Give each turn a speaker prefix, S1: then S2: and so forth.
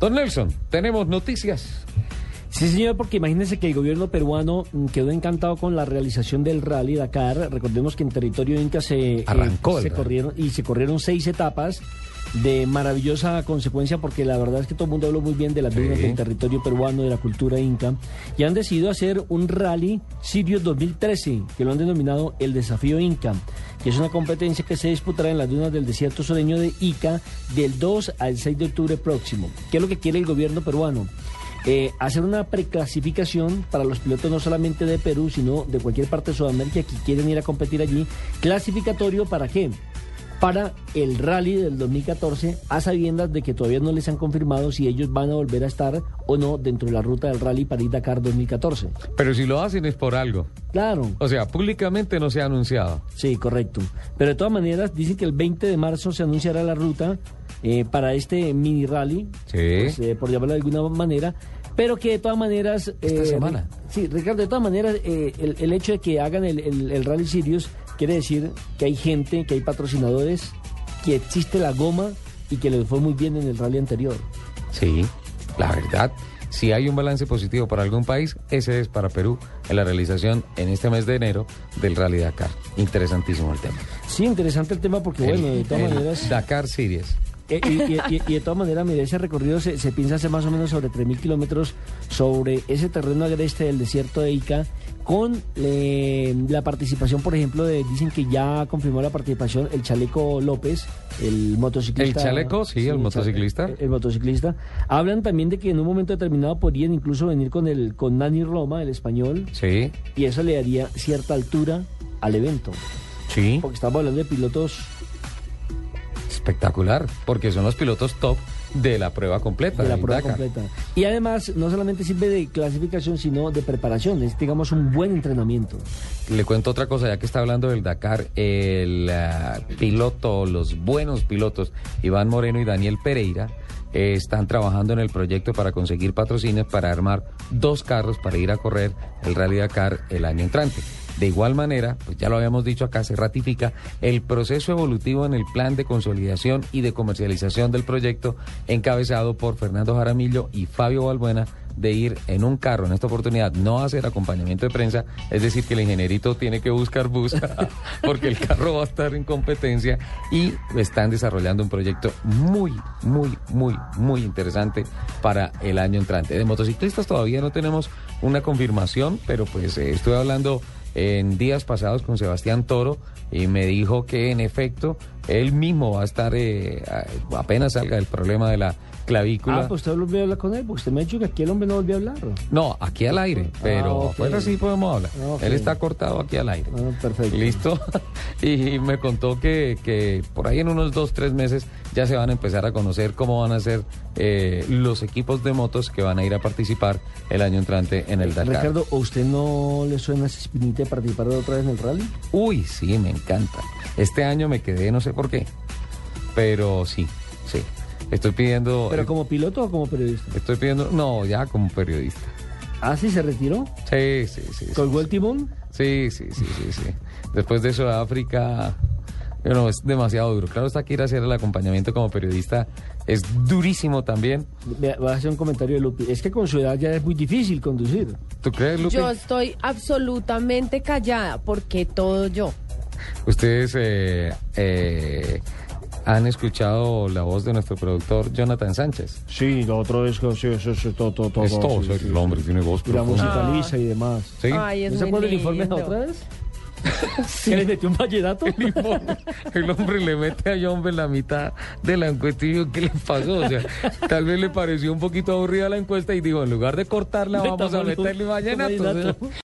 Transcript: S1: Don Nelson, tenemos noticias.
S2: Sí, señor, porque imagínense que el gobierno peruano mm, quedó encantado con la realización del Rally Dakar. Recordemos que en territorio inca se, eh,
S1: Arrancó el
S2: se
S1: rally.
S2: corrieron y se corrieron seis etapas de maravillosa consecuencia porque la verdad es que todo el mundo habló muy bien de las dunas del territorio peruano, de la cultura inca y han decidido hacer un rally Sirio 2013 que lo han denominado el desafío inca, que es una competencia que se disputará en las dunas del desierto sureño de Ica del 2 al 6 de octubre próximo. ¿Qué es lo que quiere el gobierno peruano? eh, hacer una preclasificación para los pilotos no solamente de Perú, sino de cualquier parte de Sudamérica que quieren ir a competir allí. Clasificatorio para qué? Para el rally del 2014, a sabiendas de que todavía no les han confirmado si ellos van a volver a estar o no dentro de la ruta del rally París-Dakar 2014.
S1: Pero si lo hacen es por algo.
S2: Claro.
S1: O sea, públicamente no se ha anunciado.
S2: Sí, correcto. Pero de todas maneras, dicen que el 20 de marzo se anunciará la ruta eh, para este mini rally,
S1: Sí.
S2: pues, eh, por llamarlo de alguna manera, pero que de todas maneras...
S1: Esta semana.
S2: Ri- Sí, Ricardo, de todas maneras, eh, el, el hecho de que hagan el, el- el Rally Sirius quiere decir que hay gente, que hay patrocinadores, que existe la goma y que les fue muy bien en el rally anterior.
S1: Sí, la verdad. Si hay un balance positivo para algún país, ese es para Perú en la realización en este mes de enero del Rally Dakar. Interesantísimo el tema.
S2: Sí, interesante el tema porque, bueno, de todas
S1: El
S2: maneras...
S1: Dakar Series.
S2: Eh, y, y- y- y de todas maneras, mire, ese recorrido se, se piensa hacer más o menos sobre 3.000 kilómetros sobre ese terreno agreste del desierto de Ica, con eh, la participación, por ejemplo, de, dicen que ya confirmó la participación el Chaleco López, el motociclista.
S1: El Chaleco, sí, el
S2: cha-
S1: motociclista.
S2: el- el motociclista. Hablan también de que en un momento determinado podrían incluso venir con, el, con Nani Roma, el español,
S1: Sí,
S2: y eso le daría cierta altura al evento,
S1: sí.
S2: porque estamos hablando de pilotos
S1: Espectacular, porque son los pilotos top de la prueba completa.
S2: de la
S1: del
S2: prueba
S1: Dakar.
S2: completa. Y además, no solamente sirve de clasificación, sino de preparación. Es, digamos, un buen entrenamiento.
S1: Le cuento otra cosa, ya que está hablando del Dakar, el ah, piloto, los buenos pilotos, Iván Moreno y Daniel Pereira, eh, están trabajando en el proyecto para conseguir patrocinios para armar dos carros para ir a correr el Rally Dakar el año entrante. De igual manera, pues ya lo habíamos dicho acá, se ratifica el proceso evolutivo en el plan de consolidación y de comercialización del proyecto encabezado por Fernando Jaramillo y Fabio Balbuena de ir en un carro en esta oportunidad, no hacer acompañamiento de prensa, es decir, que el ingenierito tiene que buscar bus porque el carro va a estar en competencia y están desarrollando un proyecto muy, muy, muy, muy interesante para el año entrante. De motociclistas todavía no tenemos una confirmación, pero pues eh, estuve hablando en días pasados con Sebastián Toro y me dijo que en efecto él mismo va a estar, eh, a- apenas salga el problema de la clavícula.
S2: Ah, pues usted volvió a hablar con él, porque usted me ha dicho que aquí el hombre no volvió a hablar.
S1: No, aquí al aire, pero
S2: Ah, ok.
S1: afuera sí podemos hablar.
S2: Ah, ok.
S1: Él está cortado aquí al aire.
S2: Ah, perfecto.
S1: Listo. Y me contó que, que por ahí en unos dos, tres meses ya se van a empezar a conocer cómo van a ser eh, los equipos de motos que van a ir a participar el año entrante en el Dakar.
S2: Ricardo, ¿a usted no le suena esa espinita de participar otra vez en el rally?
S1: Uy, sí, me encanta. Este año me quedé, no sé por qué, pero sí, sí. Estoy pidiendo... eh,
S2: ¿Pero como piloto o como periodista?
S1: Estoy pidiendo... No, ya como periodista.
S2: Ah, sí, se retiró.
S1: Sí, sí, sí. sí.
S2: Colgó el timón.
S1: Sí, sí, sí, sí, sí. Después de Sudáfrica, bueno, es demasiado duro. Claro está que ir a hacer el acompañamiento como periodista es durísimo también.
S2: Vea, Va a hacer un comentario de Lupi. Es que con su edad ya es muy difícil conducir.
S1: ¿Tú crees, Lupe?
S3: Yo estoy absolutamente callada porque todo yo.
S1: Ustedes eh, eh, han escuchado la voz de nuestro productor Jonathan Sánchez.
S2: Sí, lo otro es que sí, eso es todo, todo.
S1: es todo, ser- el hombre tiene voz
S2: Y la
S1: profunda.
S2: musicaliza y demás.
S1: Sí.
S3: Ay, es
S2: ¿No se
S3: muy
S2: acuerda el informe de la
S3: lindo.
S2: otra vez? ¿Que le metió un vallenato?
S1: El hombre le mete a John Bell la mitad de la encuesta y yo, ¿qué le pasó? O sea, tal vez le pareció un poquito aburrida la encuesta y digo, en lugar de cortarla, vamos a
S2: Metámosle un-
S1: meterle
S2: un
S1: vallenato. o sea.
S2: vallenato.